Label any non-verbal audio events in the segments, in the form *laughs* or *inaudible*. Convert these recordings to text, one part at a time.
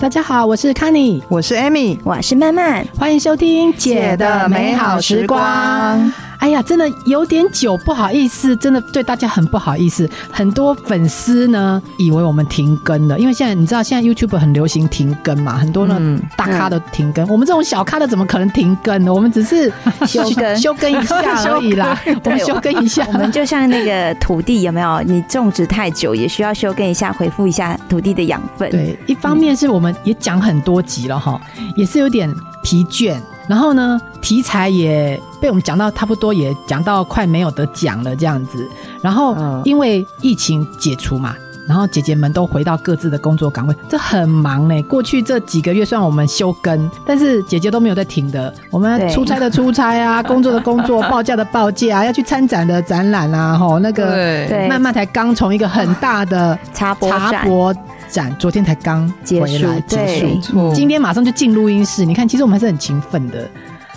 大家好，我是康妮，我是 Amy，我是曼曼，欢迎收听《姐的美好时光》。哎呀，真的有点久，不好意思，真的对大家很不好意思。很多粉丝呢，以为我们停更了，因为现在你知道，现在 YouTube 很流行停更嘛，很多呢、嗯大咖都停更，我们这种小咖的怎么可能停更呢？我们只是 *laughs* 休耕休耕一下而已 *laughs* 啦，我们休耕一下我。们就像那个土地，有没有？你种植太久，也需要修耕一下，回复一下土地的养分。，对，一方面是我们也讲很多集了哈，也是有点疲倦。然后呢，题材也被我们讲到差不多，也讲到快没有得讲了这样子。然后嗯因为疫情解除嘛，然后姐姐们都回到各自的工作岗位，这很忙呢、过去这几个月虽然我们休更，但是姐姐都没有在停的。我们对出差的出差 *laughs* 啊，工作的工作，报价的报价、啊，要去参展的展览啊，吼那个。对，对慢慢才刚从一个很大的插播茶站博展昨天才刚结回束来，结对束，错今天马上就进录音室。你看，其实我们还是很勤奋的。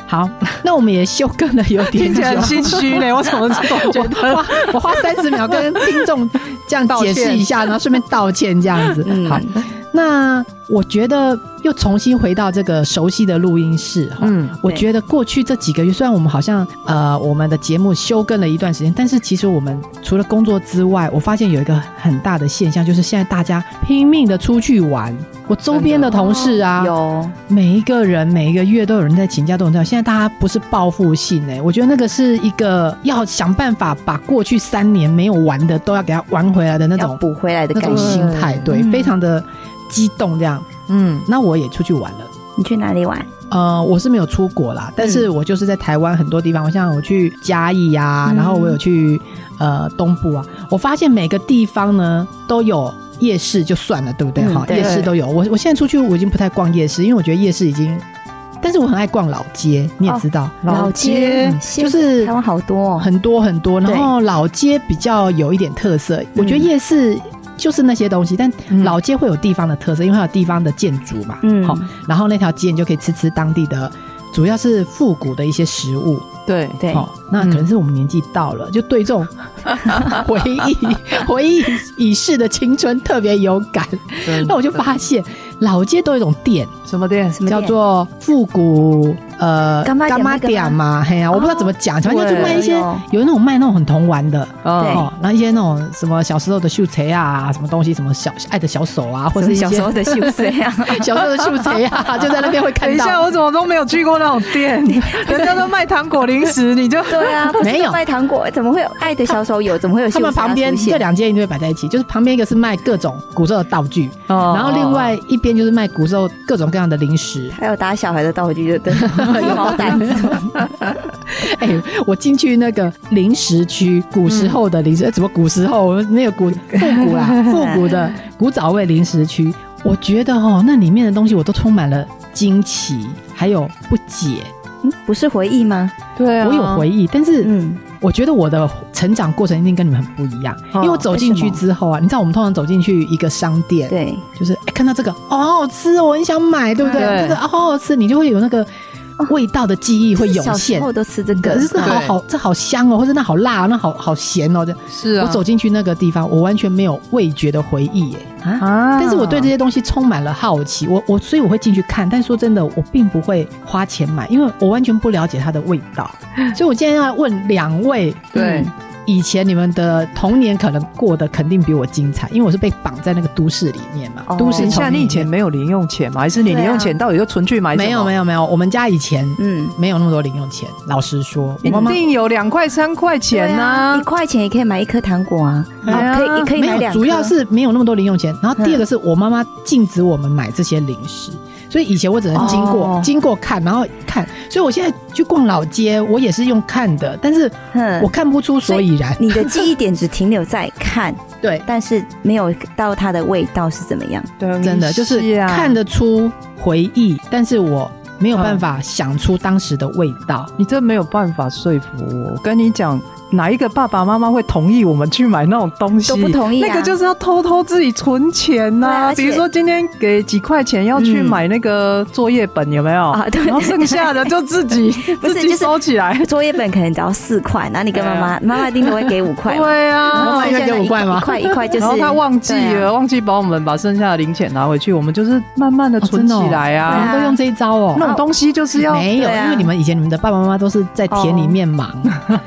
好，那我们也休更了有点听久起来。很心虚 *laughs* 呢，我怎么总觉我得花我花三十秒跟听众这样解释一下，然后顺便道歉这样子。嗯好，那我觉得又重新回到这个熟悉的录音室哈。嗯我觉得过去这几个月，虽然我们好像呃我们的节目休更了一段时间，但是其实我们除了工作之外，我发现有一个很大的现象，就是现在大家拼命的出去玩。我周边的同事啊，哦有每一个人每一个月都有人在请假，都有人在。现在大家不是报复性哎、我觉得那个是一个要想办法把过去三年没有玩的都要给它玩回来的那要种补回来的那感种觉。心态，对，嗯非常的激动这样。嗯那我也出去玩了。你去哪里玩？呃，我是没有出国嗯啦，但是我就是在台湾很多地方，我像我去嘉义呀、嗯然后我有去呃东部啊，我发现每个地方呢都有夜市，就算了，对不对？嗯哈、对夜市都有。我我现在出去我已经不太逛夜市，因为我觉得夜市已经，但是我很爱逛老街，你也哦知道，老街就就是台湾好多哦，很多很多，然后老街比较有一点特色，我嗯觉得夜市。就是那些东西，但嗯老街会有地方的特色，因为它有地方的建筑嘛，嗯好，然后那条街你就可以吃吃当地的，主要是复古的一些食物，对对，哦，那可能是我们年纪到了，就对这 *laughs* 种回忆、回忆已逝的青春特别有感。那我就发现老街都有一种店什么店？嗯什么叫店做复古呃干妈店那个吗哦点嘛，嘿呀、我不知道怎么讲，反正就对卖一些有有有那种卖那种很童玩的。对哦，然后一些那种什么小时候的秀才啊，什么东西，什么小爱的小手啊，或或者是者一些小时候的啊秀色呀， *laughs* 小时候的秀才 *laughs* 啊，就在那边会等看一到。下，我怎么都没有去过那种 *laughs* 店？人家都卖糖果零食，你就对啊，不是没有都卖糖果，怎么会有爱的小手有？怎么会有他秀色们啊旁边出现这两间一定会摆在一起，就是旁边一个是卖各种古兽的道具，然然后另外一边就是卖古兽各种各样的零食。还有打小孩的道具，就对， *laughs* 有毛蛋，哎、我进去那个零食区，古时候的零食，呃怎么古时候那个古复古 *laughs* 啦，复古的古早味零食区，我觉得哦，那里面的东西我都充满了惊奇，还有不解。嗯不是回忆吗？对啊，我有回忆，但是嗯，我觉得我的成长过程一定跟你们很不一样，因为我走进去哦为什么之后啊，你知道我们通常走进去一个商店，对，就是哎、看到这个哦，好好吃哦，我很想买，对不对？对这个哦，好好吃，你就会有那个味道的记忆会哦小涌时现。候都吃这可个，嗯是这好好，这好香哦，或者那好辣，那好好咸哦。这是我啊，走进去那个地方，我完全没有味觉的回忆耶。嗯啊但是我对这些东西充满了好奇，我我所以我会进去看，但说真的，我并不会花钱买，因为我完全不了解它的味道。所以我今天要问两位，对嗯以前你们的童年可能过得肯定比我精彩，因为我是被绑在那个都市里面嘛，哦都市等一丛下，林里你以面前没有零用钱吗？还是你零用钱到底都存去买什么？没有没有，有没有，我们家以前嗯，没有那么多零用钱。老实说，我一妈妈定有两块三块钱对啊呐一。块钱也可以买一颗糖果啊，对啊啊可以也可以没买有，两颗，主要是没有那么多零用钱。然后第二嗯个是我妈妈禁止我们买这些零食，所以以前我只能经过、哦经过看，然后看。所以我现在去逛老街，我也是用看的，但是哼我看不出所以然。嗯你的记忆点只停留在 *laughs* 看，对，但是没有到它的味道是怎么样。真啊的就是看啊得的，出回忆，但是我没有办法想出当时的味道。你真没有办法说服我。我跟你讲，哪一个爸爸妈妈会同意我们去买那种东西？都不同意啊那个就是要偷偷自己存钱对啊呐、而且比如说今天给几块钱要去嗯买那个作业本，有没有？啊对然后剩下的就自己 *laughs* 不是自己就是收起来。作业本可能只要四块，然后你跟妈哎妈，妈妈一定都会给五块嘛。对然后啊，啊妈妈应该给五块吗一块一块就是，然后他忘记对了，啊，忘记把我们把剩下的零钱拿回去，我们就是慢慢的哦存真的哦起来对啊。啊都用这一招哦。那种东西就是要没有，对啊因为你们以前你们的爸爸妈妈都是在田里面忙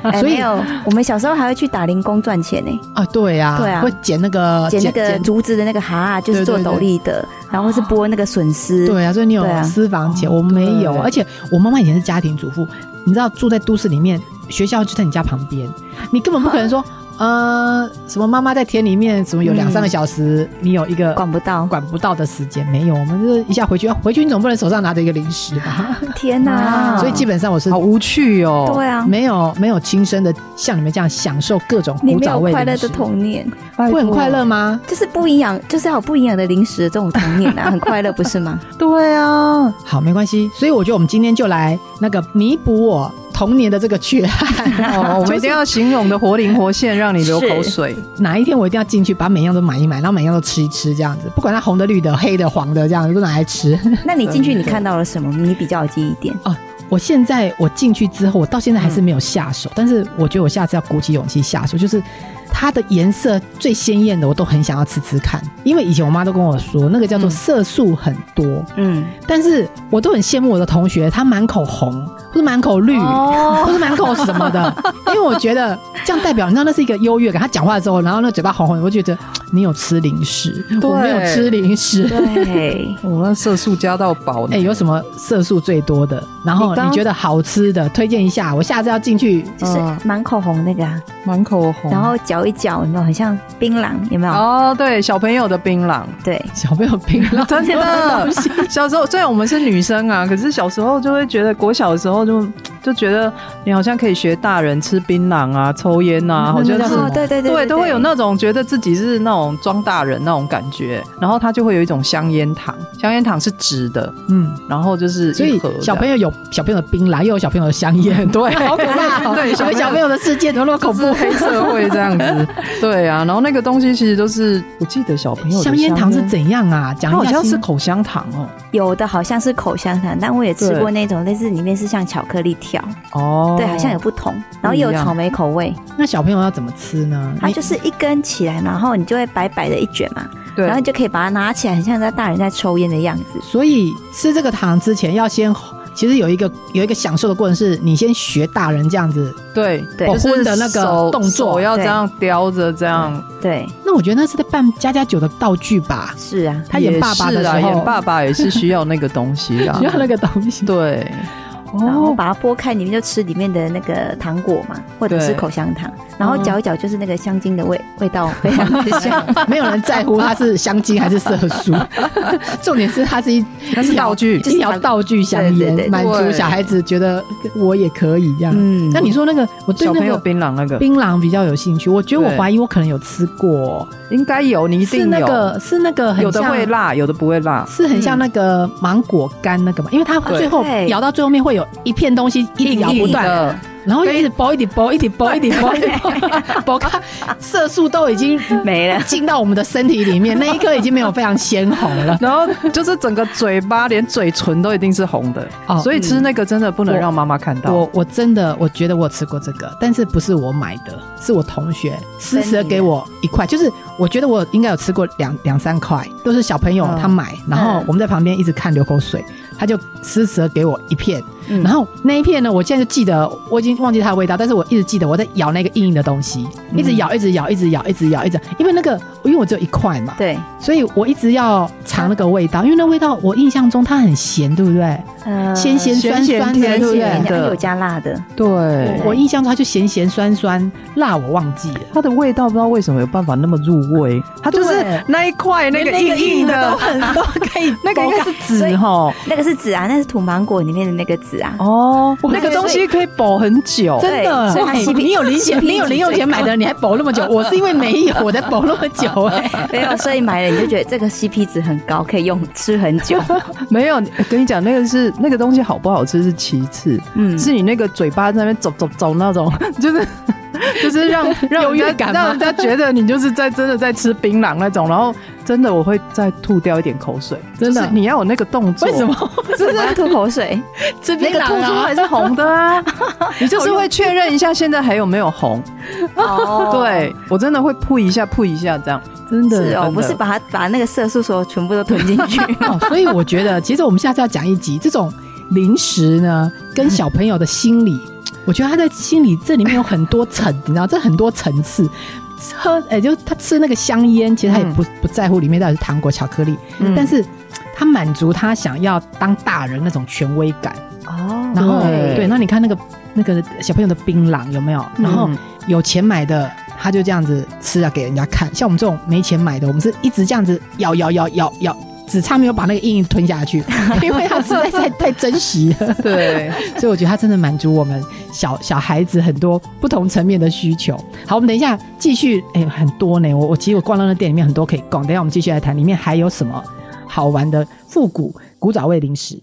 哎啊所以没有，我们小时候还会去打零工赚钱呢，啊，对呀，对啊会捡那个捡那个竹子的那个蛤，就是做对对对斗笠的，然后是剥那个笋丝。对啊，所以你有对啊私房钱，哦我没有，对而且我妈妈以前是家庭主妇，你知道住在都市里面，学校就在你家旁边，你根本不可能说，呃，什么妈妈在田里面，什么有两嗯三个小时，你有一个管不 *laughs* 到，管不到的时间没有，我们就是一下回去，回去你总不能手上拿着一个零食 *laughs* 吧，天哪！啊所以基本上我是好无趣哦。对啊，没有没有亲身的像你们这样享受各种你古没早有味快乐零食的，童年，拜托会很快乐吗？就是不营养，就是要有不营养的零食这种童年啊，很快乐不是 *laughs* 吗？对啊，好，没关系，所以我觉得我们今天就来那个弥补我童年的这个缺憾。 *laughs* 哦，我们一定要形容的活灵活现，让你流口水。哪一天我一定要进去，把每样都买一买，然后每样都吃一吃，这样子，不管它红的、绿的、黑的、黄的，这样子都拿来 *laughs* 吃。那你进去你看到了什么？你比较有记忆点？我现在我进去之后，我到现在还是没有下手，但是我觉得我下次要鼓起勇气下手，就是它的颜色最鲜艳的，我都很想要吃吃看，因为以前我妈都跟我说，那个叫做嗯色素很多，嗯，但是我都很羡慕我的同学，他满口红，或者满口嗯绿。哦，或是满口什么 *laughs* 的，因为我觉得这样代表，你知道那是一个优越感。他讲话之后，然后那嘴巴红红的，我就觉得你有吃零食，我没有对吃零食。 *laughs* 对，我们色素加到饱呢。哎、有什么色素最多的？然后你你刚觉得好吃的，推荐一下，我下次要进去。就是满口红那个啊，满口红？然后嚼一嚼，有没有很像槟榔？有没有？哦，对，小朋友的槟榔，对，小朋友槟 *laughs* 榔真的。小时候虽然我们是女生啊，可是小时候就会觉得，国小的时候就就觉得你好像可以学大人吃槟榔啊、抽烟啊，好像那叫是什么哦对对对，对，都会有那种觉得自己是那种装大人那种感觉，然后他就会有一种香烟糖，香烟糖是直的，嗯，然后就是所以小朋友，友有小朋友的槟榔，又有小朋友的香烟 *laughs* 对， *laughs* 好可怕、哦！ *laughs* 对我小们朋友小朋友的世界怎么那么恐是怖？黑社会这样 *laughs* 子，对啊，然后那个东西其实都是我记得小朋友的香烟糖是怎样啊？它讲好一下像是新，口香糖哦，有的好像是口香糖，但我也吃对过那种类似里面是像巧克力条，哦，对，好哦像有不同，然后也有不一样草莓口味，那小朋友要怎么吃呢？它就是一根起来嘛，然后你就会白白的一卷嘛，对然后你就可以把它拿起来，很像在大人在抽烟的样子。所以吃这个糖之前要先，其实有一个有一个享受的过程，是你先学大人这样子。对哦对就是火锅的那个手动作手要这样叼着这样，对，那我觉得那是在扮家家酒的道具吧。是啊，他演爸爸的也是时啊候，演爸爸也是需要那个东西啊 *laughs* 需，要那个东西。对，然后哦，把它剥开，里面就吃里面的那个糖果嘛，或者是对口香糖，然后嚼一嚼，就是那个香精的味味道非常之香。没有人在乎它是香精还是色 *laughs* 素，重点是它是一那是道具，一条道具香对对烟，对满足对小孩子觉得我也可以这样。嗯，那你说那个，我对小朋那友个槟榔那个槟榔比较有兴趣，我觉得我对怀疑我可能有吃过，应该有，你一定是有。那个是那个很有的像会辣，有的不会辣。是很像那个芒果干那个嘛，因为它嗯对最后对咬到最后面会有一片东西一直咬不断，的，然后一直剥，一直剥，一直剥，一直剥，一直 *laughs* 剥，剥看色素都已经没了，进到我们的身体里面，那一刻已经没有非常鲜红了。 *laughs* 然后就是整个嘴巴，连嘴唇都一定是红的哦，所以吃那个真的不能让妈妈看到。我我真的我觉得我吃过这个，但是不是我买的，是我同学私分舍你的给我一块，就是我觉得我应该有吃过两两三块，都是小朋友嗯他买，然后嗯我们在旁边一直看流口水，他就私舍给我一片，嗯然后那一片呢，我现在就记得，我已经忘记它的味道，但是我一直记得我在咬那个硬硬的东西，嗯一直咬，一直咬，一直咬，一直咬，一直咬，因为那个因为我只有一块嘛，对，所以我一直要尝那个味道，因为那味道我印象中它很咸，对不对？呃咸咸酸酸的，嗯咸咸甜对不甜对？的哎有加辣的，对我我印象中它就咸咸酸酸辣，我忘记了。它的味道不知道为什么有办法那么入味，它就是对那一块那个硬硬都的，很都可以 *laughs* 那个应该是籽哈。那个是籽啊，那是土芒果里面的那个籽 *laughs* 啊。哦，我那个东西可以保很久。真的对所以它哎 CP 你有零 CP 钱，你有零用钱买的，你还保那么久？我是因为没有，我才保那么久。久哎、没有，所以买了你就觉得这个 CP 值很高，可以用吃很久。 *laughs* 没有，跟你讲，那个是那个东西好不好吃是其次，*laughs* 嗯，是你那个嘴巴在那边走走走那种， *laughs* 就是就是 *laughs* 让让优越人感家吗让人家觉得你就是在真的在吃槟榔那种，然后真的我会再吐掉一点口水，真的就是你要有那个动作，为什？么是要吐口水。这那边个吐出来是红的 *laughs* 啊，你就是会确认一下现在还有没有红。哦，对我真的会扑一下扑一下这样，真的是真哦的，不是把它把那个色素所有全部都吞进去。 *laughs* 哦，所以我觉得，其实我们下次要讲一集这种零食呢，跟小朋友的心理，我觉得他在心理这里面有很多层，你知道，这很多层次。喝，哎、就他吃那个香烟，其实他也不、不在乎里面到底是糖果、巧克力，嗯但是他满足他想要当大人那种权威感。哦然后对对，那你看那个那个小朋友的槟榔有没有？然后 *laughs* 嗯有钱买的，他就这样子吃啊给人家看。像我们这种没钱买的，我们是一直这样子咬咬咬咬咬，只差没有把那个硬硬吞下 *laughs* 去，因为他实在是太太珍惜了。对，所以我觉得他真的满足我们小小孩子很多不同层面的需求。好，我们等一下继续，哎、很多呢。我我其实我逛到那店里面很多可以逛，等一下我们继续来谈里面还有什么好玩的复古古早味零食。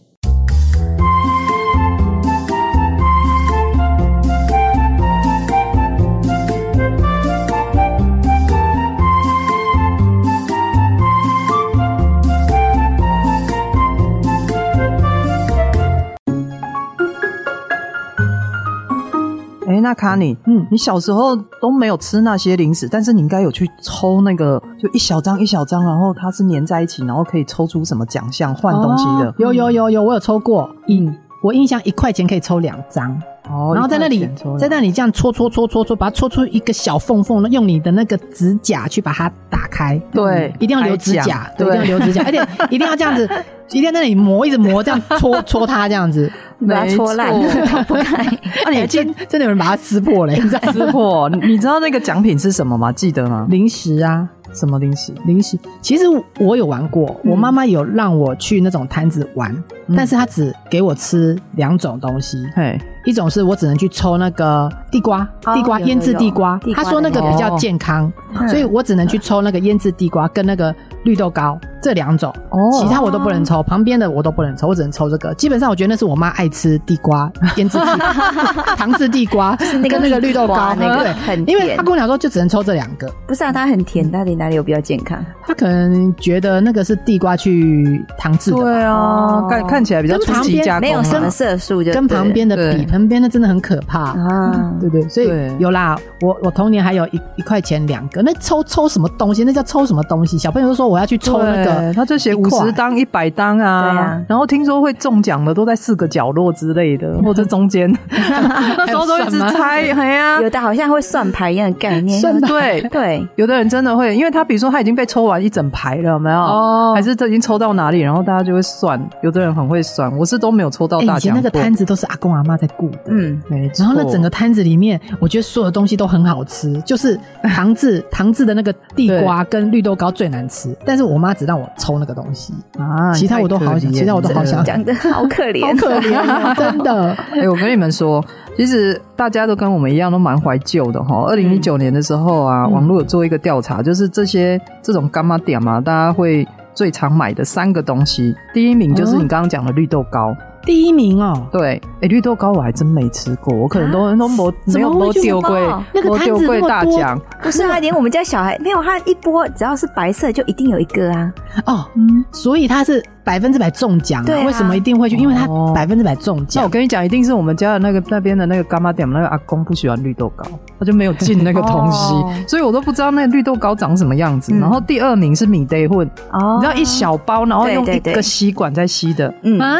哎，那卡尼，嗯你小时候都没有吃那些零食，但是你应该有去抽那个，就一小张一小张，然后它是粘在一起，然后可以抽出什么奖项换东西的哦。有有有有，我有抽过，嗯印我印象一块钱可以抽两张，哦然后在那里在那里这样搓搓搓搓搓，把它搓出一个小缝缝，用你的那个指甲去把它打开。对一定要留指还甲讲，对，一定要对留指甲，而 *laughs* 且一定要这样子，一定要在那里磨，一直磨，这样搓 *laughs* 搓它，这样子。把它戳烂，没错打不开。那哎，你真真的有人把它撕破 *laughs* 了，你知道吗？吃货，你你知道那个奖品是什么 *laughs* 吗？记得吗？零食啊，什么零食？零食，其实我有玩过，我妈妈有让我去那种摊子玩，嗯但是她只给我吃两种东西，嘿，一种是我只能去抽那个地瓜，哦地瓜有有腌制地瓜有，他说那个比哦较健康，嗯所以我只能去抽那个腌制地瓜跟那个绿豆糕这两种，哦其他我都不能抽，旁边的我都不能抽，我只能抽这个。基本上我觉得那是我妈爱吃地 *laughs* 瓜腌制地瓜糖制地瓜，跟 *laughs* 那个那个绿豆糕瓜那个对很因为甜她跟，我讲说就只能抽这两个，不是啊，它很甜，到底哪里有比较健康？她可能觉得那个是地瓜去糖制的吧。对啊哦，看看起来比较初级加工没有啊，什么色素就跟对了旁边的比，对旁边的真的很可怕。啊，对对，所以对有啦。我我童年还有一一块钱两个，那抽抽什么东西？那叫抽什么东西？小朋友都说我要去抽那对个，他就写一五块十当、一百当啊，对啊然后听说会中奖的都在四个角落之类的，或者中间， *laughs* 那时候都一直还猜，哎呀、有的好像会算牌一样的概念，算对。对，有的人真的会，因为他比如说他已经被抽完一整排了，有没有？哦还是他已经抽到哪里，然后大家就会算。有的人很会算，我是都没有抽到哎大以前奖那过。个摊子都是阿公阿妈在顾的，嗯，没错，然后那整个摊子里面，我觉得所有东西都很好吃，就是糖 *laughs* 制糖制的那个地瓜跟绿豆糕最难吃，但是我妈只让我抽那个东西，啊，其他我都好太可怜其他我都好了想嗯讲的好可好怜，可怜啊，真的。 *laughs* *laughs* 哎、我跟你们说，其实大家都跟我们一样，都蛮怀旧的哈。二零一九年的时候啊，嗯网络有做一个调查，就是这些这种干妈点嘛，大家会最常买的三个东西，第一名就是哦你刚刚讲的绿豆糕。第一名哦，对，哎、绿豆糕我还真没吃过，我可能都、啊都没怎没么有会没有这么丢过棒，那个没有丢摊子那过么多大奖。不是啊，连我们家小孩没有，他一波只要是白色就一定有一个啊，哦，嗯，所以他是百分之百中奖、对啊为什么一定会去？因为他哦百分之百中那奖我。跟你讲，一定是我们家的那个那边的那个干妈店那个阿公不喜欢绿豆糕，他就没有进那个东西，哦所以我都不知道那个绿豆糕长什么样子。嗯然后第二名是米堆混，哦，你知道一，小包，然后用对一对对个吸管在吸的，嗯，啊，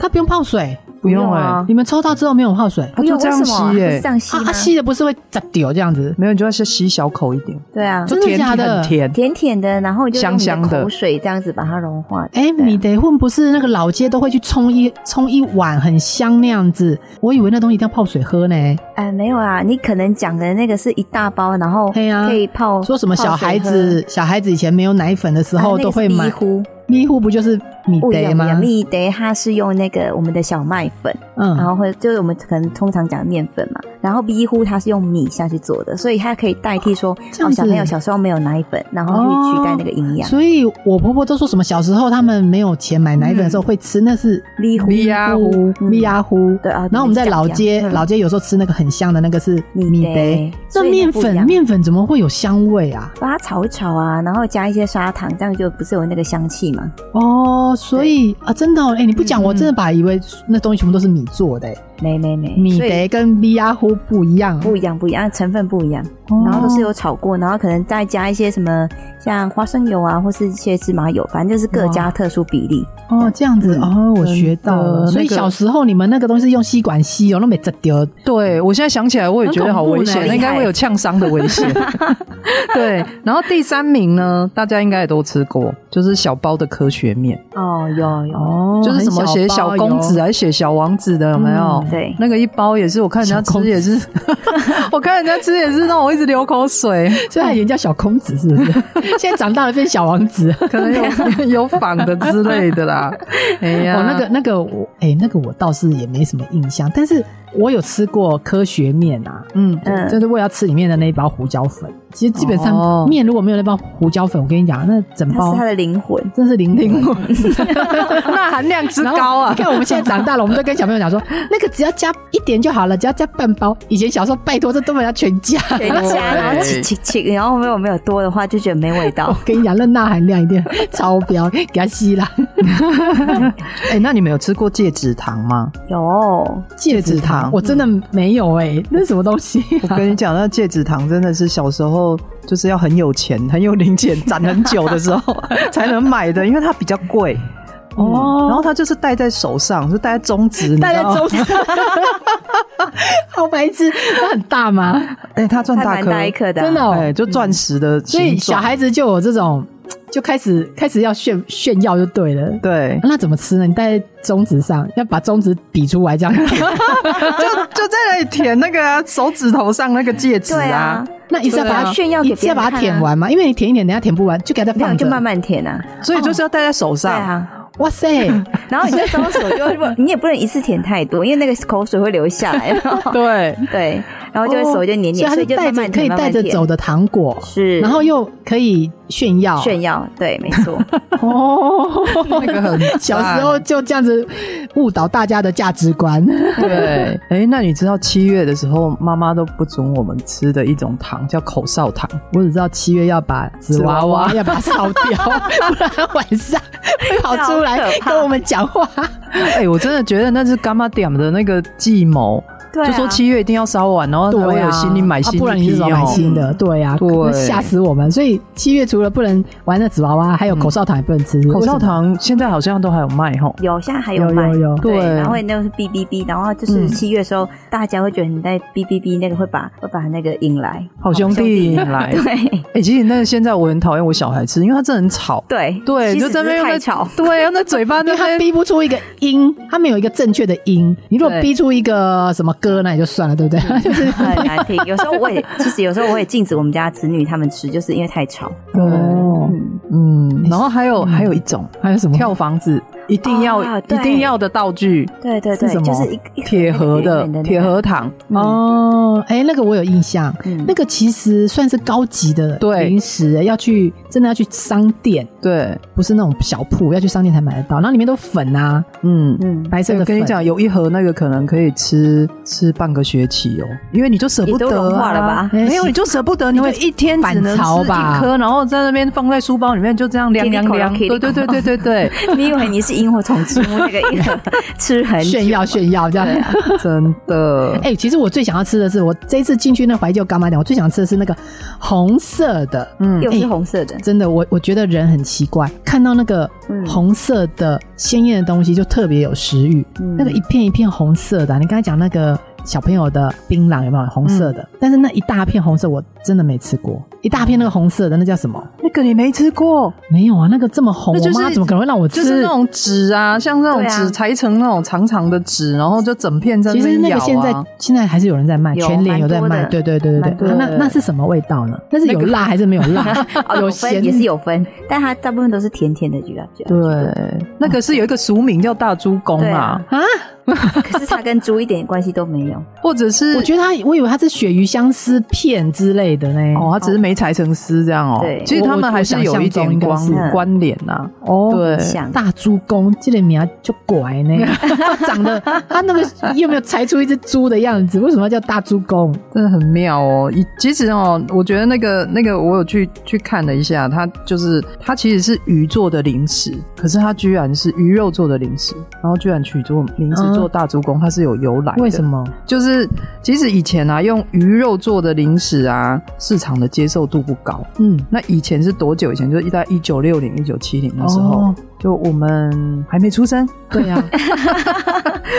他不用泡水，不用哎、啊你们抽到之后没有泡水它不就用这样为什么吸不哎、是这样吸啊？吗啊，？吸的不是会砸掉这样子？啊没有，你就要先吸小口一点，对啊，真的就甜假的很甜。甜甜的，然后就用香你香的的口水这样子把它融化。哎、对啊米得混不是那个老街都会去冲一冲一碗很香那样子，我以为那东西一定要泡水喝呢。哎，没有啊，你可能讲的那个是一大包，然后对啊可以泡，啊说什么小孩子小孩子以前没有奶粉的时然候后都会买一壶，咪糊，不就是米不一得样不一样，吗？蜜得它是用那个我们的小麦粉，然嗯，后会就是我们可能通常讲的面粉嘛，然后米糊它是用米下去做的，所以它可以代替说这样子哦哦小朋友小时候没有奶粉，然后去取代那个营养。所以我婆婆都说什么小时候他们没有钱买奶粉的时候会吃，那是米糊米呀糊嗯米呀糊。对啊，然后我们在老街，嗯老街有时候吃那个很香的那个是米得得，那所以面它不一粉样面粉怎么会有香味啊？把它炒一炒啊，然后加一些砂糖，这样就不是有那个香气嘛？哦，所以啊，真的哦，哎，你不讲嗯我真的把以为那东西全部都是米做的，哎没没没，米所以得跟米呀糊不一样，不一样不一样，成分不一样，哦然后都是有炒过，然后可能再加一些什么像花生油啊，或是一些芝麻油，反正就是各加特殊比例。哦，这样子嗯哦，我学到真了。的所以那个小时候你们那个东西是用吸管吸哦，那没折丢。对，我现在想起来，我也觉得好危很恐险，怖呢那应该会有呛伤的危 *laughs* 险。对，然后第三名呢，大家应该也都吃过，就是小包的科学面，哦，有有，哦就是什么写小公啊子，还是写小王子的，有没有？嗯对那个一包也是，我看人家吃也 *laughs* 是，我看人家吃也是让我一直流口 *laughs* 水，所以它以前叫小公子，是不 *laughs* 是？现在长大了变小王子。可能有有仿的之类的啦。哎呀，啊哦，那个那个我哎、那个我倒是也没什么印象，但是我有吃过科学面啊，嗯，嗯就是为了要吃里面的那一包胡椒粉。其实基本哦上面如果没有那包胡椒粉，我跟你讲，那整它包是它的灵魂。真是零零 *laughs* 魂。钠含量之 *laughs* 然后高啊你！看我们现在长大了，我们都跟小朋友讲说，那个只要加一点就好了，只要加半包。以前小时候拜托，这都没有要全加。 *laughs* 全家，然后起起起，然后没有没有多的话，就觉得没味哦道 *laughs* 我。跟你讲，那钠含量一定 *laughs* 超标，给它吸了。哎、那你们有吃过戒指糖吗？有，戒指糖我真的没有哎、那是什么东西？啊我跟你讲，那戒指糖真的是小时候就是要很有钱、很有零钱、攒很久的时 *laughs* 候才能买的，因为它比较贵。哦然后它就是戴在手上，就戴在中指，戴在你知道中吗 *laughs* 指， *laughs* 好白痴，它很大吗？哎、它赚还大蛮颗，大一颗的啊，真的哦、哎、就钻石的所以形状、小孩子就有这种，就开始开始要炫炫耀就对了。，对 *laughs* 那怎么吃呢？你戴在中指上，要把中指比出来这样。就就在那里舔那个啊、手指头上那个戒指对啊啊，， *laughs* 那一次要把对它啊炫耀给一次要把它别人看啊舔完嘛，因为你舔一点，等一下舔不完，就给它再没有放着。就慢慢舔啊，所以就是要戴在手对上。哦啊。哇塞， *laughs* 然后你在双手就 *laughs* 会，你也不能一次舔太多，因为那个口水会流下来。对， *laughs* 啊对，然后就会手就黏黏，哦所所以以就它是带慢着慢可以舔，慢带慢着舔走。的糖果，是，哦然后又可以炫耀。炫耀，对，没 *laughs* 错，哦，那个很赞小时候就这样子误导大家的价值观。 *laughs* 对，哎，那你知道七月的时候，妈妈都不准我们吃的一种糖叫口哨糖，我只知道七月要把纸娃娃纸娃娃要把它烧 *laughs* 掉，不然晚上会跑出好来可怕跟我们讲话。哎，我真的觉得那是干妈点的那个计谋，对啊就说七月一定要烧完，然后才会有心力买啊新一批、哦不然你是怎么买新的？对呀，对那吓死我们。所以七月除了不能玩那纸娃娃，还有口哨糖也不能吃。嗯口哨为什么糖现在好像都还有卖吼。有，现在还有卖有，有对，对然后那个是哔哔哔，然后就是嗯七月的时候，大家会觉得你在哔哔哔，那个会把会把那个引来，好兄弟引来 *laughs* 对哎、其实那个现在我很讨厌我小孩吃，因为他真的很吵。对对，其就实在那只边用是太那 *laughs* 吵，对，用那嘴巴哦因那为他边逼不出一个音，他没有一个正确的音。你如果对逼出一个什么歌，那也就算了，对不对？就是 *laughs* 很难听。有时候我也， *laughs* 其实有时候我也禁止我们家子女他们吃，就是因为太吵。哦，嗯，嗯，然后还有、还有一种还有什么跳房子，一定要、啊一对定要的道具，对对是对什，么就是一一铁盒的铁盒，糖，哦，哎、那个我有印象，嗯那个其实算是高级的对零食，要去真的要去商店，对，不是那种小铺，要去商店才买得到。然后里面都粉啊，嗯。嗯，白色的我粉。跟你讲，有一盒那个可能可以吃吃半个学期哦，因为你就舍不得、也啊、都融化了吧没有，你就舍不得，你就一天只反能吃潮吧一颗，然后在那边放在书包里面，就这样凉凉凉。 Kitty 对 Corner，对对对对对，你以为你是萤火虫之墓那个萤火 *laughs* 吃很久啊炫耀炫耀这样。真的。哎、其实我最想要吃的是，我这一次进去那怀旧干妈店，我最想吃的是那个红色的。嗯，又是红色的，真的，我我觉得人很奇怪，看到那个嗯红色的鲜艳的东西就特别有食欲。嗯那个一片一片红色的啊、你刚才讲嗯那个小朋友的槟榔有没有红色的？但是那一大片红色我真的没吃过，一大片那个红色的，那叫什么？那个你没吃过，没有啊，那个这么红，那就是我妈怎么可能会让我吃？就是那种纸啊，像那种对啊纸裁成那种长长的纸，然后就整片在其实边那咬个现在啊。现在还是有人在卖，有全脸有在卖，蛮对多对的对对蛮多对。的啊那那是什么味道呢？那是有辣还是没有辣？哦，有咸分也是有分，但它大部分都是甜甜的橘啊橘啊，对，那个是有一个俗名叫大猪公对啊啊，啊？ *laughs* 可是它跟猪一点关系都没有。或者是我觉得它，我以为它是鳕鱼香丝片之类的呢。哦，它只是没裁成丝这样哦。对其实他我我们还是有一点我想象中应该关是关联呐。哦对像大猪公这个名就拐呢，长得它那个又没有裁出一只猪的样子，为什么要叫大猪公？真的很妙哦！以其实哦，我觉得那个那个，我有去去看了一下，它就是它其实是鱼做的零食，可是它居然是鱼肉做的零食，然后居然取做名字嗯做大猪公，它是有由来的。为什？么？就是其实以前啊，用鱼肉做的零食啊，市场的接受度不高。嗯，那以前是多久以前？就是在一九六零、一九七零的时候，哦就我们还没出生，对呀，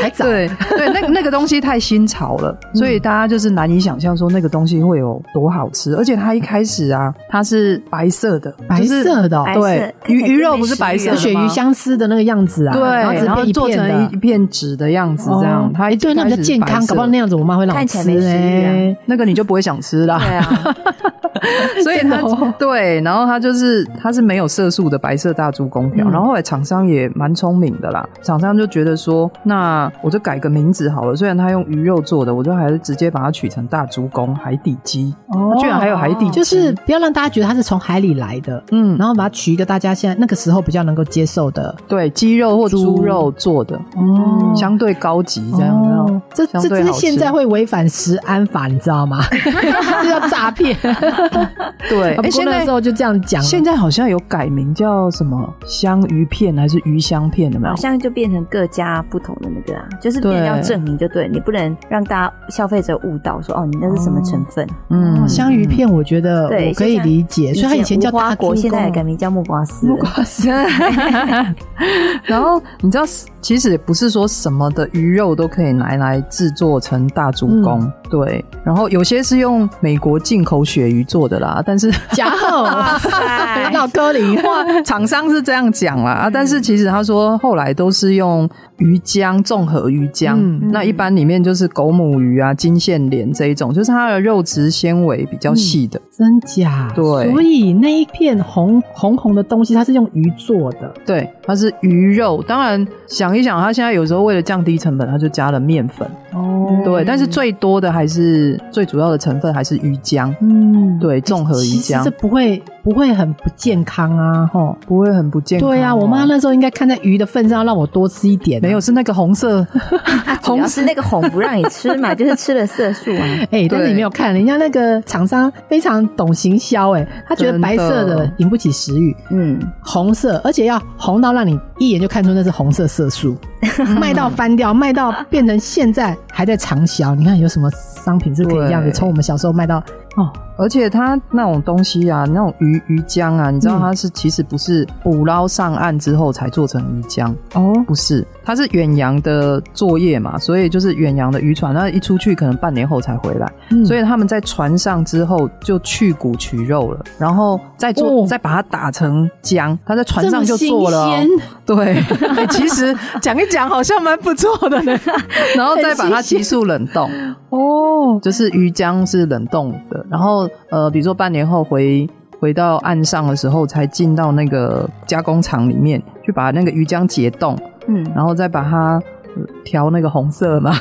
还早。嗯对对，那那个东西太新潮了，所以大家就是难以想象说那个东西会有多好吃。而且它一开始啊，它是白色的，白就是色的哦白对，色鱼看起来鱼就肉没不是食白欲像色的了鳕鱼吗。香丝的那个样子啊，对，只然后变一做片成的一一片纸的样子，这样哦，它哎一对，那比较开始健白康，色搞不好那样子我妈会让我看起来没吃食欲 *laughs* 啊嘞。那个你就不会想吃啦。对啊， *laughs* 所以真的它哦 *laughs* 对，然后它就是它是没有色素的白色大猪公票，嗯然后后来厂商也蛮聪明的啦，厂商就觉得说，那我就改个名字好了，虽然它用鱼肉做的，我就还是直接把它取成大猪公海底鸡，哦它居然还有海底鸡，就是不要让大家觉得它是从海里来的，嗯，然后然后把它取一个大家现在那个时候比较能够接受的对鸡肉或猪猪肉做的，哦相对高级这这样。样有没有哦这相这对这好吃现在会违反食安法，你知道吗？ *laughs* 这叫诈 *laughs* 骗。对，啊不哎，过现那在时候就这样讲了，现在好像有改名叫什么香鱼片还是鱼香片，有没有好？像就变成各家不同的那个啊，就是对变成要证明就对，你不能让大家消费者误导说哦，你那是什么成分？嗯哦香鱼片，我觉得嗯对我可以理解，哎所以它以前叫无花大果，果，现在也 *laughs* 改名叫木瓜丝了。然后你知道，其实也不是说什么的鱼肉都可以拿来制作成大猪公，嗯对。然后有些是用美国进口鳕鱼做的啦，但是假 *laughs* 后 *laughs* 塞闹哥林话 *laughs* 厂商是这样讲啦，啊但嗯是其实他说后来都是用鱼浆综合鱼浆，嗯那一般里面就是狗母鱼啊、金线莲这一种，就是它的肉质纤维比较细的，真假？对所以那一片红红红的东西，它是用鱼做的，对，它是鱼肉。当然想一想，它现在有时候为了降低成本，它就加了面粉。哦对，但是最多的还是最主要的成分还是鱼浆，嗯，对，综合鱼其实浆这不会不会很不健康啊，吼。不会很不健康哦。对啊，我妈那时候应该看在鱼的份上，让我多吃一点、啊没有，是那个红色，主要是那个红不让你吃嘛，就是吃了色素啊。 *laughs* 哎、但是对你没有看，人家那个厂商非常懂行销，哎，他觉得真的白色的引不起食欲，嗯，红色，而且要红到让你一眼就看出那是红色色 *laughs* 素， *laughs* 卖到翻掉，卖到变成现在还在畅销。你看有什么商品是可以这样子对从我们小时候卖到哦， *laughs* 而且它那种东西啊，那种鱼鱼浆啊，你知嗯道它是、其实不是捕捞上岸之后才做成鱼浆哦，不是，它是远洋的作业嘛，所以就是远洋的渔船，那一出去可能半年后才回来，嗯所以他们在船上之后就去骨取肉了，然后再做、哦再把它打成浆，它在船上就做了哦、这么新鲜对，欸其实讲一讲好像蛮不错的呢。 *laughs* 然后再把它急速冷冻，哦， *laughs* 就是鱼浆是冷冻的。然后呃，比如说半年后回回到岸上的时候，才进到那个加工厂里面去把那个鱼浆解冻，嗯，然后再把它。呃调那个红色嘛，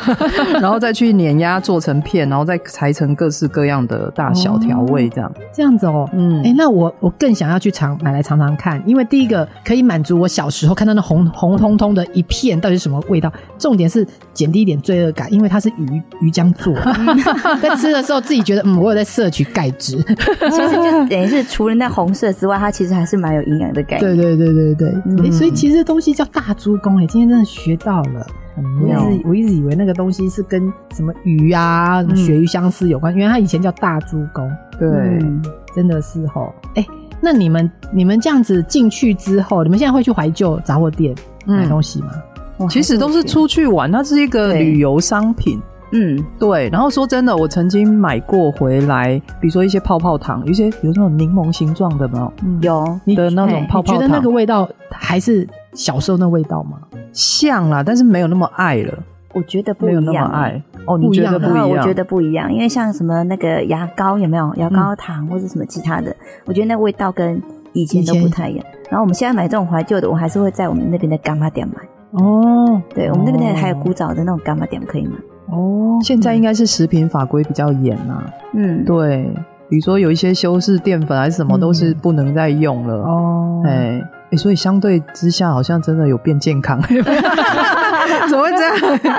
*laughs* 然后再去碾压做成片，然后再裁成各式各样的大小调味，这样。这样子哦。嗯哎、，那我我更想要去尝买来尝尝看，因为第一个可以满足我小时候看到那红红彤彤的一片到底是什么味道，重点是减低一点罪恶感，因为它是鱼鱼浆做的， *laughs* 在吃的时候自己觉得嗯，我有在摄取钙 *laughs* 质，其实就等于是除了那红色之外，它其实还是蛮有营养的概对念。对对对对，嗯诶所以其实这东西叫大猪公哎、诶今天真的学到了。嗯很我一妙。直我一直以为那个东西是跟什么鱼啊、什么鳕鱼相思有关，原来它以前叫大猪公，对，嗯，真的是吼。哎、那你们你们这样子进去之后，你们现在会去怀旧杂货店买嗯东西吗？哇其实都是出去玩，它是一个对旅游商品。嗯，对，然后说真的，我曾经买过回来，比如说一些泡泡糖，有一些有那种柠檬形状的嘛，有，你的那哎种泡你觉泡得那糖个，味道还是小时候那味道吗？像啦，但是没有那么爱了，我觉得不没有一那么样。欸爱。哦，你不一觉样得不一啊样？我觉得不一样，嗯因为像什么那个牙膏有没有牙膏糖或者什么其他的，我觉得那味道跟以前都以前不太一样。然后我们现在买这种怀旧的，我还是会在我们那边的干妈店买。哦对我们那边哦还有古早的那种干妈店可以买。哦，现在应该是食品法规比较严啊，嗯，对，比如说有一些修饰淀粉还是什么，嗯都是不能再用了。哦哎、哎所以相对之下，好像真的有变健康。怎么会这样？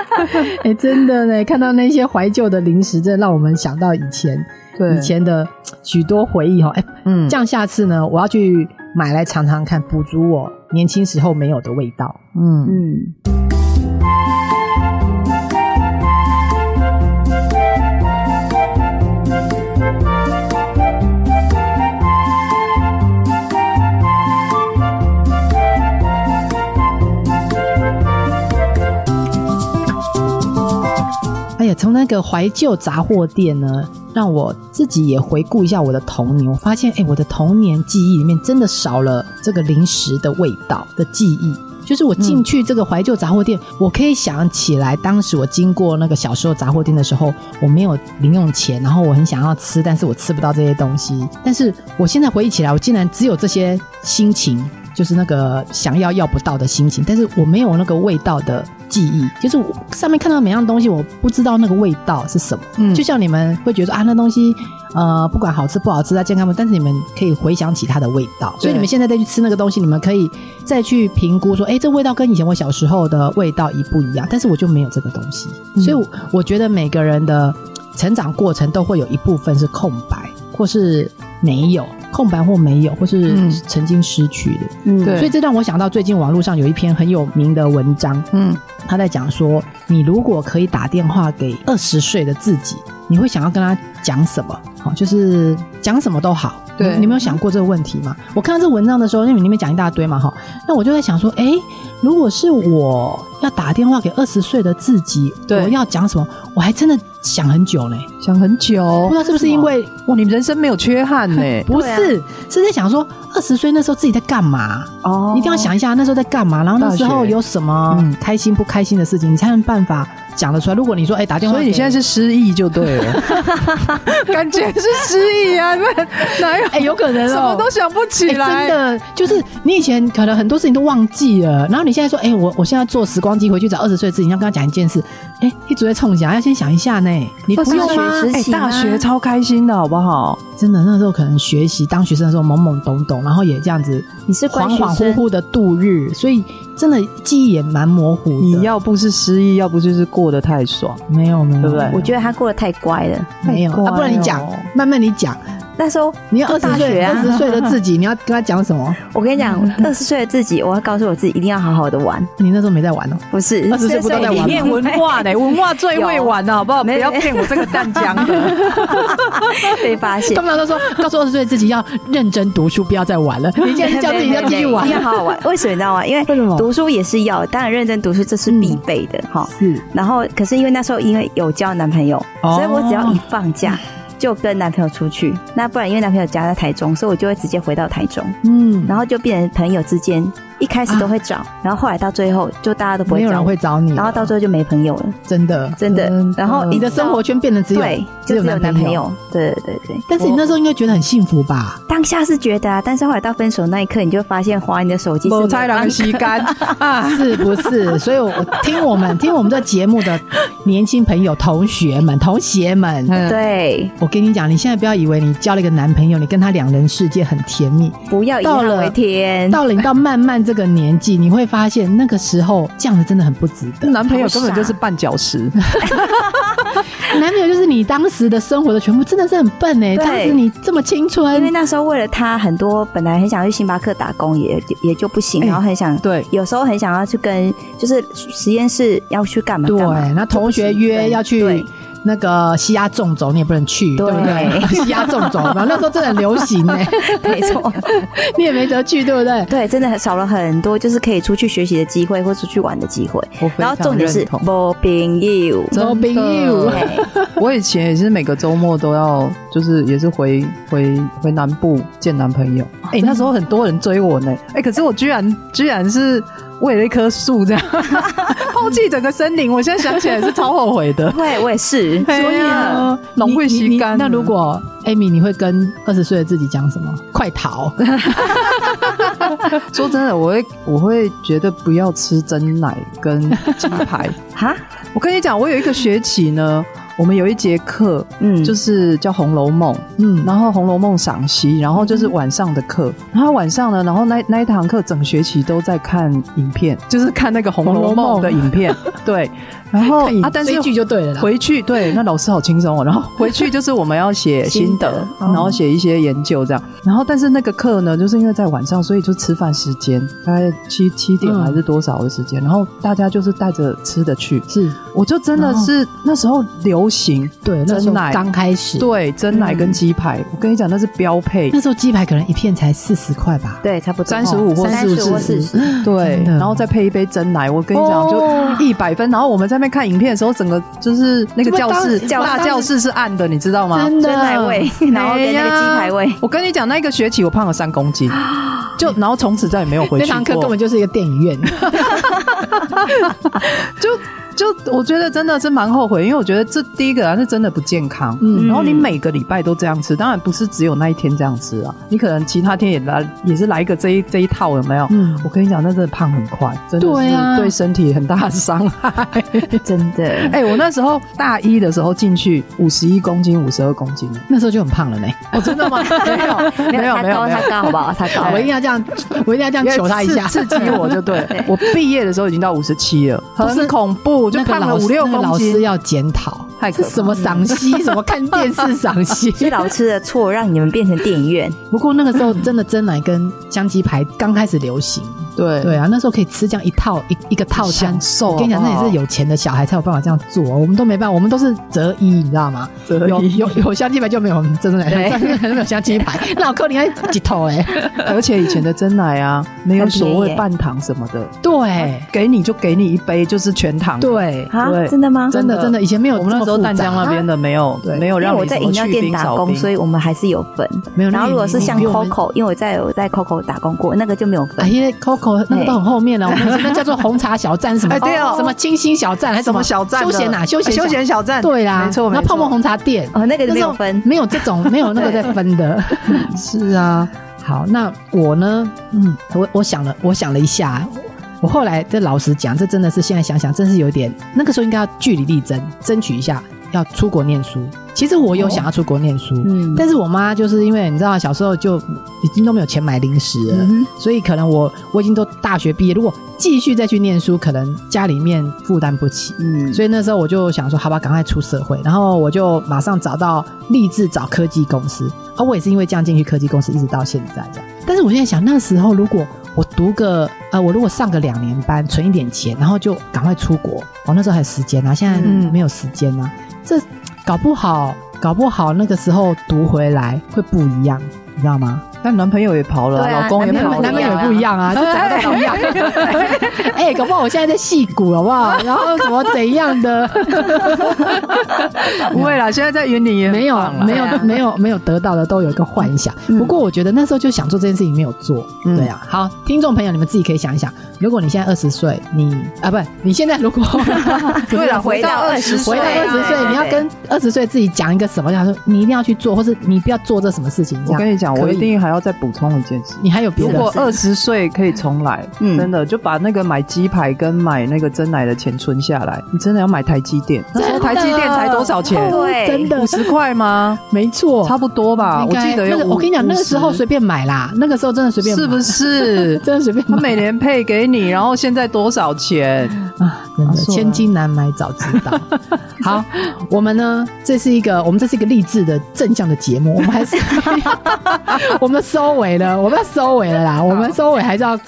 哎、真的呢，看到那些怀旧的零食，真的让我们想到以前对，以前的许多回忆哦。哎、嗯这样下次呢，我要去买来尝尝看，补足我年轻时候没有的味道。嗯，嗯，哎呀，从那个怀旧杂货店呢，让我自己也回顾一下我的童年。我发现，哎、我的童年记忆里面真的少了这个零食的味道的记忆。就是我进去这个怀旧杂货店，我可以想起来，当时我经过那个小时候杂货店的时候，我没有零用钱，然后我很想要吃，但是我吃不到这些东西。但是我现在回忆起来，我竟然只有这些心情，就是那个想要要不到的心情，但是我没有那个味道的记忆，就是我上面看到每样东西，我不知道那个味道是什么。嗯就像你们会觉得说啊，那东西呃不管好吃不好吃，它健康不，但是你们可以回想起它的味道。所以对你们现在再去吃那个东西，你们可以再去评估说，哎，这味道跟以前我小时候的味道一不一样？但是我就没有这个东西，嗯所以我我觉得每个人的成长过程都会有一部分是空白，或是没有空白或没有，或是嗯曾经失去的。嗯对所以这让我想到最近网络上有一篇很有名的文章，嗯，他在讲说，你如果可以打电话给二十岁的自己，你会想要跟他讲什么？好，就是讲什么都好。对你你有没有想过这个问题嘛？我看到这文章的时候，因为里面讲一大堆嘛，哈，那我就在想说，哎、如果是我要打电话给二十岁的自己，对我要讲什么？我还真的想很久呢，想很久，不知道是不是因为哇，你人生没有缺憾呢、不对啊是、是在想说二十岁那时候自己在干嘛？哦一定要想一下那时候在干嘛，然后那时候大学有什么嗯开心不开心的事情，你才能办法讲得出来。如果你说，哎、打电话所给，以你现在是失忆就对了， *laughs* 感觉是失忆 *laughs* 啊，不然哪有哎、有可能、哦什么都想不起哎来？真的就是你以前可能很多事情都忘记了，然后你现在说，哎、我我现在坐时光机回去找二十岁自己，要跟他讲一件事，哎、一直在冲想，要先想一下呢。你不用20吗？岁时哎、期大吗学超开心的好不好？真的那时候可能学习当学生的时候懵懵懂懂，然后也这样子你是乖恍学恍惚生惚的度日，所以真的记忆也蛮模糊的。你要不是失忆，要不就是过得太爽。没有没有，对不对我觉得他过得太乖了。没有太乖啊，不然你讲了，慢慢你讲。那时候你要就二十大岁学二啊十，岁的自己，你要跟他讲什 *laughs* 么？我跟你讲，二十岁的自己，我要告诉我自己一定要好好的玩，你那时候没在玩哦，不是20岁不都在玩吗你念文化呢，文化最会玩了，好不好？不没要骗我这个淡江的。被发 *laughs* 现他。们都说告诉二十岁的自己要认真读书，不要再玩了。 *laughs* 哎你现在叫自己要继续玩要，好好玩。为什么你知道吗？因为为什么读书也是要，当然认真读书这是必备的哈。是然后，可是因为那时候因为有交男朋友，嗯哦所以我只要一放假。就跟男朋友出去，那不然因为男朋友家在台中，所以我就会直接回到台中，嗯，然后就变成朋友之间一开始都会找，然后后来到最后就大家都不啊没会有找人我，会找你了，然后到最后就没朋友了，真的真的。嗯然后嗯你一的直生活圈变得只有对，就只有男朋。友，对对对对。但是你那时候应该觉得很幸福吧？当下是觉得啊，但是后来到分手那一刻，你就发现花你的手机是某没菜有郎帮吸干啊！是不是？所以我我听我们听我们这节目的年轻朋友、同学们、同学们，嗯，对，我跟你讲，你现在不要以为你交了一个男朋友，你跟他两人世界很甜蜜，不要一到样了为天。到了你到慢慢这个年纪，你会发现那个时候这样子真的很不值得。男朋友根本就是绊脚石。男朋友就是你当时的生活的全部，真的是很笨哎、对当时你这么青因为春，那时候为了他，很多本来很想去星巴克打工也，也就不行，哎然后很想、对，有时候很想要去跟就是实验室要去干嘛对，干嘛， *laughs* 那同学就不行约对要去对那个西亚纵走，你也不能去，对对不 *laughs* 对？西亚纵走嘛，那时候真的很流行哎、没错，你也没得去，对不对？对，真的很少了很多，就是可以出去学习的机会或出去玩的机会。我非然常后重点是认同没朋友，周冰友，对我以前也是每个周末都要，就是也是回回回南部见男朋友。哦哎、那时候很多人追我呢。哎、可是我居然居然是为了一棵树 *laughs* 这样抛弃整个森林，我现在想起来是超后悔的。对，我也是。所以啊，龙你会你吸你干了。那如果 Amy，你会跟二十岁的自己讲什么？快逃！说真的，我会我会觉得不要吃真奶跟鸡排。 *laughs* 哈，我跟你讲，我有一个学期呢，我们有一节课嗯，就是是叫《红楼梦》。嗯，然后《红楼梦》赏析，然后就是晚上的课，然后晚上呢，然后那那一堂课整学期都在看影片，就是看那个《红楼红楼梦梦》的 *laughs* 影片，对，然后看影啊，但追是剧就对了啦。回去对，那老师好轻松哦。然后回去就是我们要写心心 *laughs* 得，得然嗯后写一些研究这样。然后但是那个课呢，就是因为在晚上，所以就吃饭时间大概七七点嗯还是多少的时间，然后大家就是带着吃的去。是我就真的然后是那时候流行对，那时真候奶刚开始，对真奶跟鸡排，我跟你讲那是标配。那时候鸡排可能一片才四十块吧。对，差不多35或三十45或四十，对嗯真，的然后再配一杯真奶，我跟你讲，哦就一百分。然后我们在那边看影片的时候，整个就是那个怎么教当室教大当教室是暗的，你知道吗？真真奶味， *laughs* 然后跟那个鸡排味哎呀。我跟你讲，那一个学期我胖了三公斤，就然后从此再也没有回哦那去堂课根过本。就是一个电影院，就就我觉得真的是蛮后悔，因为我觉得这第一个啊是真的不健康。嗯然后你每个礼拜都这样吃，当然不是只有那一天这样吃啊，你可能其他天也来也是来一个这一这一套有没有？嗯，我跟你讲，那真的胖很快，真的对啊是对身体很大的伤 *laughs* 害。真的，哎、我那时候大一的时候进去五十一公斤、五十二公斤， *laughs* 那时候就很胖了呢。哦，真的吗？ *laughs* *laughs* 没有，没有，他没有，没有高哎他。高好不好？他高我一定要这 *laughs* 样，我一定要这样求他一下。 *laughs* 刺刺激我就对了。我毕业的时候已经到五十七了，不是很恐怖，就那个胖了老五师，六那个公老师斤。要检讨，太可这怕什么赏析， *laughs* 什么看电视赏析。 *laughs* 是老吃的错，让你们变成电影院。不过那个时候真的真奶跟香鸡排刚开始流行，对对啊，那时候可以吃这样一套一一个套餐享。受啊我跟你讲，好那不好也是有钱的小孩才有办法这样做，我们都没办法，我们都是择一，你知道吗？折有翼有有香鸡排就没有我们真奶，对真奶没有香鸡排， *laughs* 脑壳里还几头哎， *laughs* 而且以前的真奶啊，没有很便宜所谓耶半糖什么的，对给你就给你一杯，就是全糖。，对，啊对，真的吗？真的真的，以前没有嗯我们那时候这么复淡杂江那边的没有对没有因为让我你在什么饮料去店冰打少工，所冰。以我们还是有分。没有。然后如果是像你比我们 Coco，因为我在我在 Coco 打工过，那个就没有哎分。因为 Coco 那个都很后面了，我们那叫做红茶小站什么， *laughs* 哎对哦什么清新小站还是什么小站的哎休闲啊，休闲休小闲小站，对啦，没错，那没错泡沫红茶店哦，那个就那时没有候分。没有这 *laughs* 种没有那个在分的，是啊。好，那我呢？嗯，我我想了，我想了一下，我后来这老实讲，这真的是现在想想，真是有点那个时候应该要据理力争，争取一下要出国念书。其实我有想要出国念书，嗯但是我妈就是因为你知道小时候就已经都没有钱买零食了，嗯所以可能我我已经都大学毕业，如果继续再去念书，可能家里面负担不起。嗯，所以那时候我就想说，好吧，赶快出社会，然后我就马上找到立志找科技公司啊，我也是因为这样进去科技公司，一直到现在这样。但是我现在想，那时候如果我读个呃，我如果上个两年班，存一点钱，然后就赶快出国，我、那时候还有时间啊，现在嗯没有时间啊，这搞不好，搞不好那个时候读回来会不一样，你知道吗？但男朋友也跑了对啊，啊老公也男跑朋男了，友朋友也不一样啊，就长得都 *laughs* 一样。 *laughs* 哎、搞不好我现在在戏骨好不好？然后什么怎样的？不会啦，现在在云林也没有很棒啦 *laughs* 没有对啊没有没有得到的都有一个幻想。嗯不过我觉得那时候就想做这件事情没有做，嗯对啊。好，听众朋友，你们自己可以想一想，如果你现在二十岁，你啊不，你现在如 *laughs* 果对了，回到20 20回到对二十岁，啊啊对你要跟二十岁自己讲一个什么？他说你一定要去做，或是你不要做这什么事情。这我样跟你讲，可以我一定还要再补充一件事。你还有别如的果二十岁可以重来，嗯真的就把那个买鸡排跟买那个真奶的钱存下来。你真的要买台积电？那时候台积电才多 *laughs* 少钱？对哦真的五十块吗？没错，差不多吧，应我该记得有那个五。我跟你讲，那个时候50随便买啦，那个时候真的随便买，？是不是 *laughs* 真的随便他买？每年配给你，然后现在多少钱？啊，真的啊是吗千金难买早知道。好，我们呢，这是一个我们这是一个励志的正向的节目，我们还是我们收尾了，我们要收尾了啦，我们收尾还是要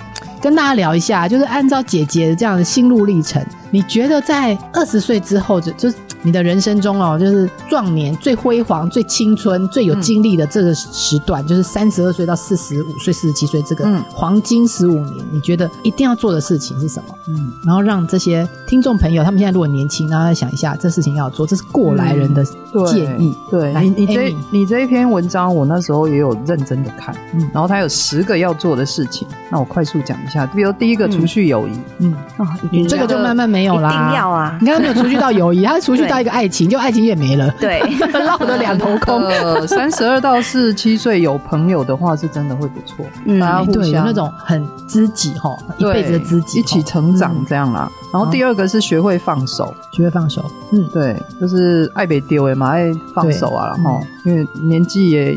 跟大家聊一下，就是按照姐姐这样的心路历程。你觉得在二十岁之后，就就是你的人生中哦，就是壮年最辉煌、最青春、最有精力的这个时段，就是三十二岁到四十五岁、四十七岁这个嗯黄金十五年，你觉得一定要做的事情是什么？嗯，然后让这些听众朋友，他们现在如果年轻，然后再想一下这事情要做，这是过来人的对建议。对来你，你这 Amy 你这一篇文章，我那时候也有认真的看，嗯然后它有十个要做的事情，那我快速讲一下，比如第一个，嗯储蓄友谊，嗯，哦，一定要这个就慢慢没有啦。一定要啊你，看他没有除去到友谊，他除去到一个爱情，就爱情也没了，对， *laughs* *laughs* 落得两头空。呃，三十二到四十七岁有朋友的话，是真的会不错，嗯大家互对，有相那种很知己哈，一对辈子的知己，一起成长嗯这样啦。然后第二个是学会放手，学会放手。嗯，对，就是爱被丢哎嘛，爱放手啊，然后因为年纪也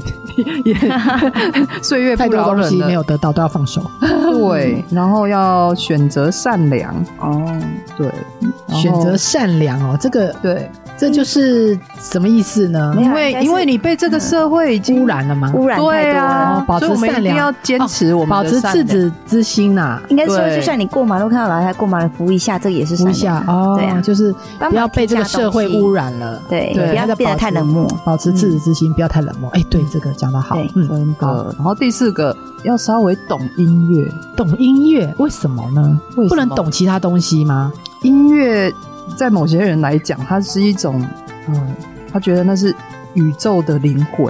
*laughs* *laughs* 也岁月太不多饶东人西没了，有得到都要放手。对，然后要选择善良，哦，对，然后选择善良哦，这个对，这就是什么意思呢没？有因为应该是因为你被这个社会已经嗯污染了吗？污染太对多了啊，哦，保持所以我们一善定良哦要坚持我们保的持善赤良子之心啊呐，应该说对就像你过马路看到老太太过马路扶一下，这个也是服善一下良哦，对啊，就是帮忙不要被这个添加社会东西污染了，对对不要变得太冷漠，嗯保持赤子之心，不要太冷漠。哎，对，这个讲得好对，嗯，真好的。然后第四个要稍微懂音乐，懂音乐为什么呢？为什么不能懂其他东西吗？音乐在某些人来讲，它是一种，嗯，他觉得那是宇宙的灵魂，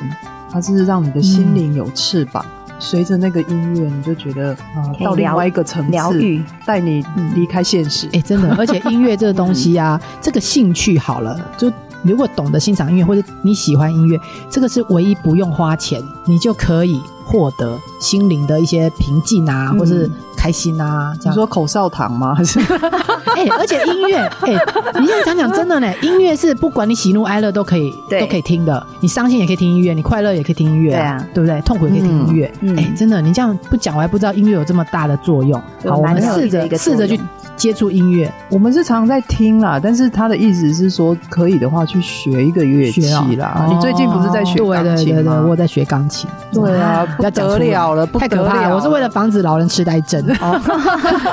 它是让你的心灵有翅膀。随着那个音乐，你就觉得啊、可以到另外一个层疗次，愈，带你离开现实。哎、 *laughs* 真的，而且音乐这个东西啊，这个兴趣好了，就如果懂得欣赏音乐，或者你喜欢音乐，这个是唯一不用花钱，你就可以获得心灵的一些平静啊，嗯或是开心啊，这你样。说口哨糖吗？ *laughs* 还是哎、而且音 *laughs* 乐，哎、你现在讲讲真的呢，音乐是不管你喜怒哀乐都可以，对都可以听的。你伤心也可以听音乐，你快乐也可以听音乐、对啊对不对？痛苦也可以听音乐。嗯嗯哎、真的，你这样不讲，我还不知道音乐有这么大的作用。有好，我蛮们疗愈试的着一个作试用着去接触音乐，我们是常在听啦，但是他的意思是说，可以的话去学啊一个乐器学啦哦。你最近不是在学对钢对琴对对，吗？我在学钢琴。对啊，不不要讲出得来了了，啊 *laughs* 不太得可怕了！我是为了防止老人痴呆 *laughs* 症， *laughs*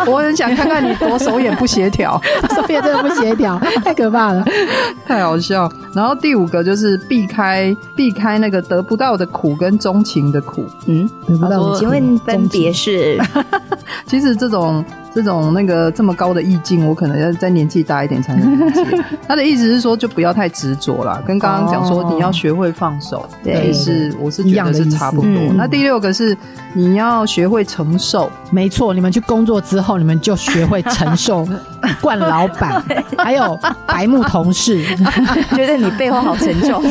我很想看看你多手眼不协调，所以真的不协调，太可怕了。太好笑。然后第五个就是避开避开那个得不到的苦跟钟情的苦。嗯，得不到请问分别是其实这种这种那个这么高的意境，我可能要再年纪大一点才能理解。他的意思是说，就不要太执着啦，跟刚刚讲说哦你要学会放手，对其实我是一觉样得的是意思差不多。嗯那第六个是你要学会承受，没错，你们去工作之后，你们就学会承 *laughs* 受惯老板，还有白目同 *laughs* 事。觉得你背后好沉重，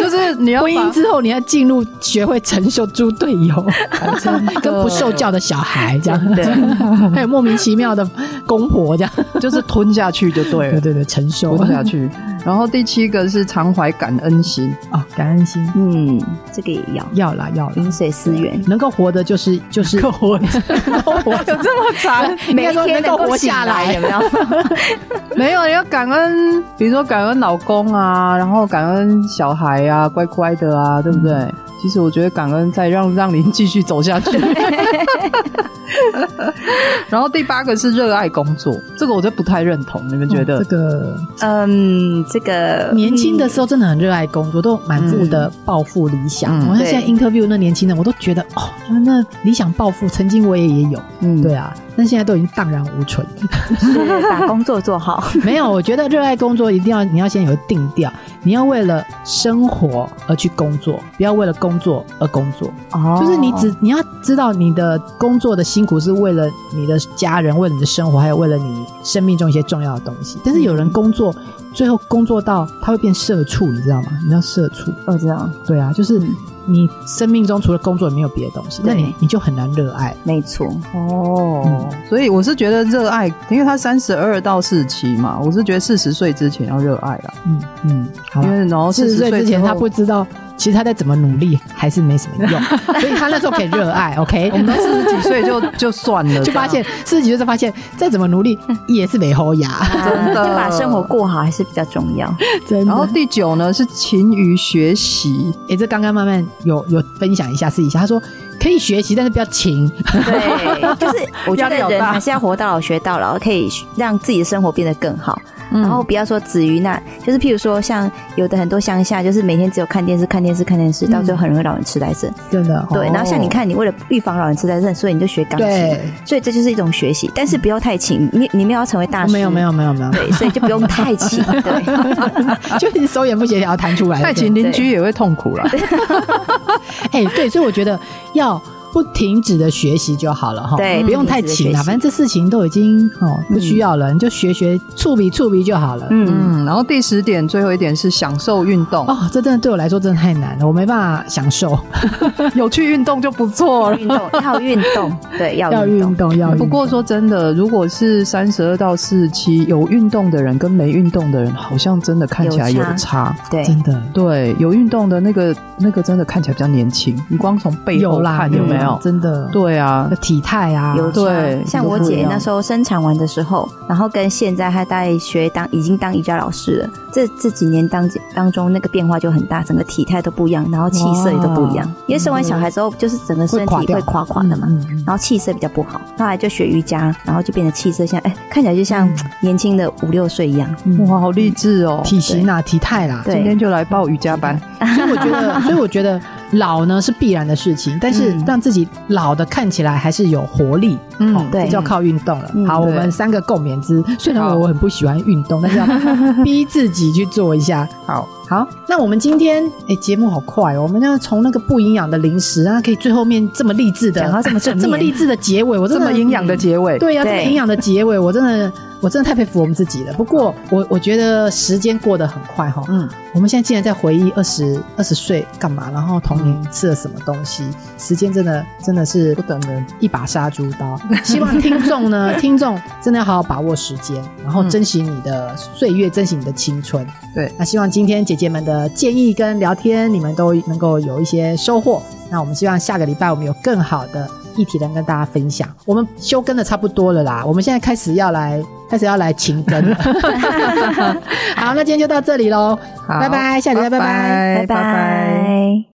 就是 *laughs* 你要婚姻把之后，你要进入学会承受猪队友， *laughs* 跟不受教的小孩这样，对， *laughs* 还有莫名其妙的公婆这样。就是吞下去就 *laughs* 对对了。对对，承受吞下 *laughs* 去，然后第七个是常怀感恩心，哦，感恩心嗯，这个也要要啦要啦饮，水思源，能够活的就是就是能够活着， *laughs* 能够活着。这么长， *laughs* 应该说 *laughs* 每一天能够活醒下来来有没有？ *laughs* 没有，你要感恩，比如说感恩老公啊，然后感恩小孩啊，乖乖的啊，对不对？嗯其实我觉得感恩在让让您继续 *laughs* 走下去。 *laughs* 然后第八个是热爱工作，这个我就不太认同，你们觉得？哦这个嗯，这 *laughs* 个年轻的时候真的很热爱工作，都满腹的抱负理想。嗯我看现在对 interview 那年轻人，我都觉得哦，那理想抱负，曾经我也也有，嗯对，啊，但现在都已经荡然无存。是把工作做 *laughs* 好，没有，我觉得热爱工作一定要，你要先有定调，你要为了生活而去工作，不要为了工作而工作。哦就是你只你要知道你的工作的辛苦是为了你的家人，为了你的生活，还有为了你生命中一些重要的东西。但是有人工作，最后工作到他会变社畜，你知道吗？你知道社畜？我知道，对啊，就是嗯你生命中除了工作也没有别的东西，那对你你就很难热爱。没 *laughs* 错，哦，所以我是觉得热爱，因为他三十二到四十七嘛，我是觉得四十岁之前要热爱啦，嗯嗯，好因了。为然后四十40岁岁之前，后他不知道，其实他再怎么努力还是没什么 *laughs* 用，所以他那时候可以热爱，OK，我们到四十几岁就就算 *laughs* 了，就发现四十几岁才发现，再怎么努力也是没后牙，真的就 *laughs* 把生活过好还是比较重要。 *laughs* 真的。然后第九呢是勤于学习，诶，这刚刚慢慢有有分享一下试一下，他说可以学习，但是不要勤。 *laughs* 对，就是 *laughs* 我觉压力得好人大还是要活到老学到老，可以让自己的生活变得更好。然后不要说止于那，就是譬如说像有的很多乡下，就是每天只有看电视、看电视、看电视，到最后很容易老人痴呆症。真的哦，对，然后像你看，你为了预防老人痴呆症，所以你就学钢琴，对，所以这就是一种学习，但是不要太勤，你你们要成为大师，没有没有没有没 *laughs* 有， *laughs* 对，所以就不用太勤， *laughs* 对，就你手眼不协调弹出来。太勤邻居也会痛苦啦。哎、对，所以我觉得要不停止的学习就好了哈，对不用太勤啊啦，反正这事情都已经哦不需要了，你就学学触笔触笔就好了。嗯，嗯，然后第十点，最后一点是享受运动，哦，这真的对我来说真的太难了，我没办法享受。有去运动就不错了。运动要运动， *laughs* 对，要要运运动，动，要运不动过说真的，如果是三十二到四十七，有运动的人跟没运动的人，好像真的看起来有有差差。对，真的对，有运动的那个那个真的看起来比较年轻，你光从背后有啦，看有啦没有？真的对啊，体态啊，有差对像我姐那时候生产完的时候，然后跟现在她在学当已经当瑜伽老师了，这这几年当当中那个变化就很大，整个体态都不一样，然后气色也都不一样哇。因为生完小孩之后，就是整个身垮体掉会垮垮的嘛，嗯嗯然后气色比较不好。后来就学瑜伽，然后就变得气色像哎，看起来就像年轻的五六岁一样。嗯哇，好励志哦！体型啊，体态啦，嗯对今天就来报瑜伽班，所以我觉 *laughs* 得，所以我觉得老呢是必然的事情，但是嗯让自己老的看起来还是有活力，嗯哦对这就要靠运动了。嗯好，我对们三个共勉之。虽然好我很不喜欢运动，但是 *laughs* 要逼自己去做一下。好好，那我们今天哎，节目好快哦，我们要从那个不营养的零食啊，可以最后面这么励志的，讲到这么正面这么励志的结尾，我真这的么营养的结尾，对呀、啊这对么营养的结尾，我真的我真的太佩服我们自己了。不过我我觉得时间过得很快哈、嗯，我们现在竟然在回忆二十二十岁干嘛，然后童年吃了什么东西，时间真的真的是不等人，一把杀猪刀。希望听众呢，听众真的要好好把握时间，然后嗯珍惜你的岁月，珍惜你的青春。对，那希望今天姐姐们的建议跟聊天，你们都能够有一些收获。那我们希望下个礼拜我们有更好的议题能跟大家分享。我们休更的差不多了啦，我们现在开始要来开始要来勤更了。好，那今天就到这里喽，好嗯拜拜，下礼拜拜拜拜拜。